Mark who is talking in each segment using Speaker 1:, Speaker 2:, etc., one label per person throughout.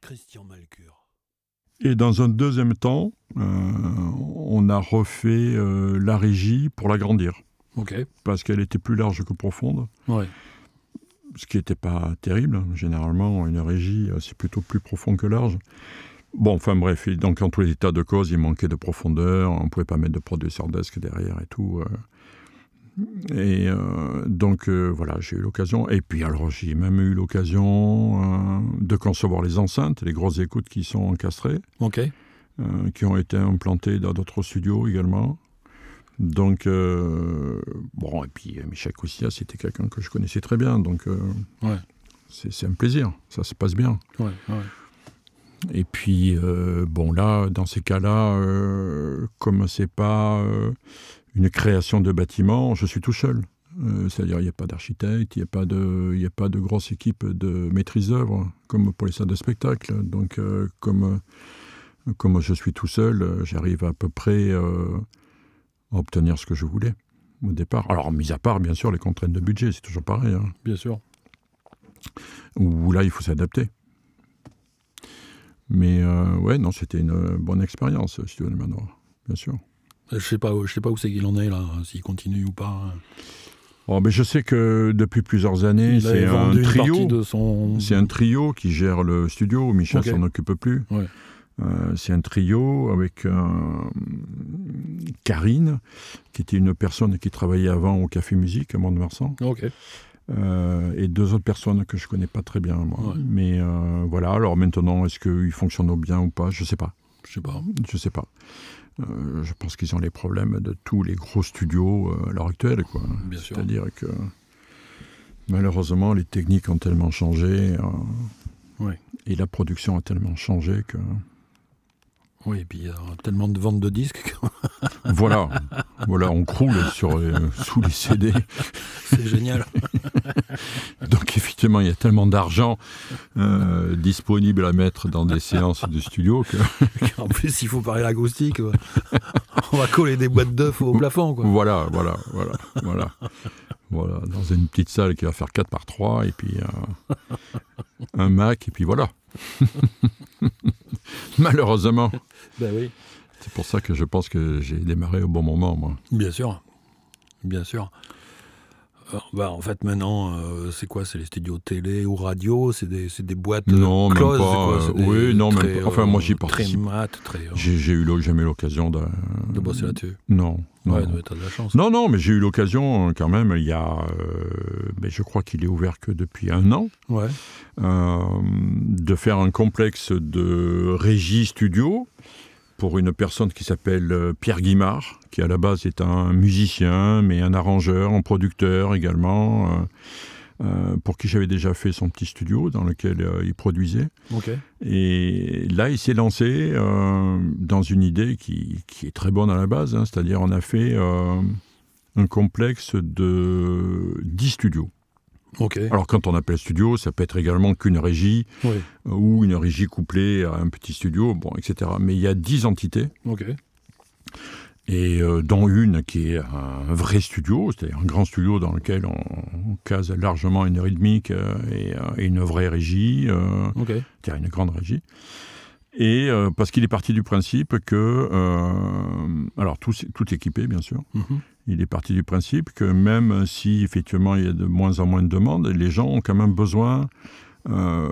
Speaker 1: Christian Malcure.
Speaker 2: Et dans un deuxième temps, euh, on a refait euh, la régie pour l'agrandir,
Speaker 1: Ok.
Speaker 2: parce qu'elle était plus large que profonde,
Speaker 1: Ouais.
Speaker 2: ce qui n'était pas terrible. Généralement, une régie, euh, c'est plutôt plus profond que large. Bon, enfin bref, et donc en tous les tas de causes, il manquait de profondeur, on ne pouvait pas mettre de producer desk derrière et tout. euh. Et euh, donc euh, voilà, j'ai eu l'occasion. Et puis alors, j'ai même eu l'occasion euh, de concevoir les enceintes, les grosses écoutes qui sont encastrées.
Speaker 1: Ok.
Speaker 2: euh, qui ont été implantés dans d'autres studios également. Donc, euh, bon, et puis euh, Michel Coussia, c'était quelqu'un que je connaissais très bien, donc euh,
Speaker 1: Ouais.
Speaker 2: c'est c'est un plaisir, ça se passe bien.
Speaker 1: Ouais, ouais.
Speaker 2: Et puis, euh, bon, là, dans ces cas-là, euh, comme c'est pas euh, une création de bâtiment, je suis tout seul. Euh, C'est-à-dire, il n'y a pas d'architecte, il n'y a, pas de- il n'y a pas de grosse équipe de maîtrise d'œuvre, comme pour les salles de spectacle. Donc, euh, comme, euh, comme je suis tout seul, euh, j'arrive à peu près euh, à obtenir ce que je voulais au départ. Alors, mis à part, bien sûr, les contraintes de budget, c'est toujours pareil. hein
Speaker 1: Bien sûr.
Speaker 2: où là, il faut s'adapter. Mais euh, ouais, non, c'était une euh, bonne expérience, euh, Studio du Manoir, bien sûr.
Speaker 1: Je sais pas, où- je sais pas où c'est qu'il en est là, hein, s'il continue ou pas. hein.
Speaker 2: Oh, mais je sais que depuis plusieurs années,
Speaker 1: Il
Speaker 2: c'est
Speaker 1: avait
Speaker 2: un
Speaker 1: vendu une partie
Speaker 2: trio.
Speaker 1: de son.
Speaker 2: C'est un trio qui gère le studio. Michel
Speaker 1: Ok.
Speaker 2: s'en occupe plus.
Speaker 1: Ouais.
Speaker 2: Euh, c'est un trio avec euh, Karine, qui était une personne qui travaillait avant au Café Musique à Mont-de-Marsan.
Speaker 1: Ok.
Speaker 2: Euh, et deux autres personnes que je connais pas très bien, moi.
Speaker 1: Ouais.
Speaker 2: Mais euh, voilà, alors maintenant, est-ce qu'ils fonctionnent bien ou pas Je sais pas.
Speaker 1: Je sais pas.
Speaker 2: Je sais pas. Euh, je pense qu'ils ont les problèmes de tous les gros studios euh, à l'heure actuelle, quoi.
Speaker 1: Bien sûr.
Speaker 2: C'est-à-dire que malheureusement, les techniques ont tellement changé. euh,
Speaker 1: Ouais.
Speaker 2: Et la production a tellement changé que.
Speaker 1: Oui, et puis il y a tellement de ventes de disques que
Speaker 2: Voilà, voilà on croule sur, euh, sous les CD.
Speaker 1: c'est génial.
Speaker 2: Donc effectivement, il y a tellement d'argent euh, disponible à mettre dans des séances de studio que
Speaker 1: en plus, il faut parler l'acoustique. quoi. On va coller des boîtes d'œufs au plafond, quoi.
Speaker 2: voilà, voilà, voilà, voilà, voilà, dans une petite salle qui va faire 4 par 3 et puis euh, un Mac et puis voilà. Malheureusement,
Speaker 1: Ben oui.
Speaker 2: c'est pour ça que je pense que j'ai démarré au bon moment, moi.
Speaker 1: Bien sûr. Bien sûr. Euh, bah, en fait, maintenant, euh, c'est quoi C'est les studios télé ou radio C'est des, c'est des boîtes euh,
Speaker 2: Non, même
Speaker 1: closes
Speaker 2: pas,
Speaker 1: c'est quoi
Speaker 2: euh,
Speaker 1: C'est des-
Speaker 2: oui, non, même
Speaker 1: très, euh,
Speaker 2: pas. Enfin, moi, j'y
Speaker 1: Très
Speaker 2: participe.
Speaker 1: mat, très. euh,
Speaker 2: J'ai j'ai eu l'o- jamais eu l'occasion de.
Speaker 1: de bosser là-dessus.
Speaker 2: Non, non.
Speaker 1: Ouais, t'as de la chance.
Speaker 2: Non, non, mais j'ai eu l'occasion euh, quand même, il y a, euh, mais je crois qu'il est ouvert que depuis un an,
Speaker 1: Ouais.
Speaker 2: euh, de faire un complexe de régie studio pour une personne qui s'appelle euh, Pierre Guimard, qui à la base est un musicien, mais un arrangeur, un producteur également, euh, euh, pour qui j'avais déjà fait son petit studio dans lequel euh, il produisait.
Speaker 1: Ok.
Speaker 2: Et là, il s'est lancé euh, dans une idée qui, qui est très bonne à la base, hein, c'est-à-dire on a fait euh, un complexe de 10 studios.
Speaker 1: Ok.
Speaker 2: Alors quand on appelle studio, ça peut être également qu'une régie
Speaker 1: Oui.
Speaker 2: euh, ou une régie couplée à un petit studio, bon, etc. Mais il y a 10 entités,
Speaker 1: Ok.
Speaker 2: et euh, dont une qui est un vrai studio, c'est-à-dire un grand studio dans lequel on, on case largement une rythmique euh, et, euh, et une vraie régie. euh,
Speaker 1: Ok.
Speaker 2: c'est-à-dire une grande régie. Et euh, parce qu'il est parti du principe que, euh, alors tout, tout équipé bien sûr,
Speaker 1: Mhm.
Speaker 2: il est parti du principe que même si effectivement il y a de moins en moins de demandes, les gens ont quand même besoin, euh,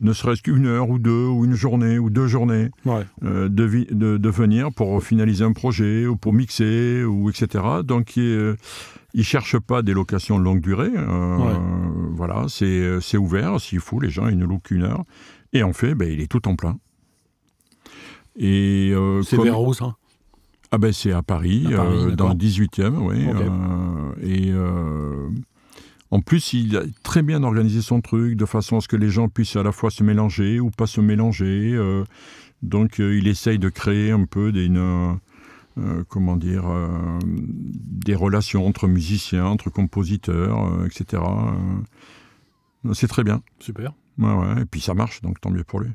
Speaker 2: ne serait-ce qu'une heure ou deux, ou une journée, ou deux journées,
Speaker 1: Ouais.
Speaker 2: euh, de, vi- de- de venir pour finaliser un projet, ou pour mixer, ou etc. Donc il euh, ils cherchent pas des locations de longue durée. euh,
Speaker 1: Ouais.
Speaker 2: Voilà, c'est c'est ouvert. S'il faut, les gens, ils ne louent qu'une heure. Et en fait, ben, il est tout en plein. Et euh,
Speaker 1: C'est
Speaker 2: comme-
Speaker 1: vers où ça
Speaker 2: ah ben c'est à Paris,
Speaker 1: À Paris,
Speaker 2: euh,
Speaker 1: d'accord.
Speaker 2: dans le 18e, oui.
Speaker 1: Ok.
Speaker 2: euh, et euh, en plus, il a très bien organisé son truc de façon à ce que les gens puissent à la fois se mélanger ou pas se mélanger. euh, donc euh, il essaye de créer un peu des, une, euh, comment dire, euh, des relations entre musiciens, entre compositeurs, euh, etc. euh. c'est très bien.
Speaker 1: Super.
Speaker 2: Ouais, ouais, Et puis ça marche, donc tant mieux pour lui.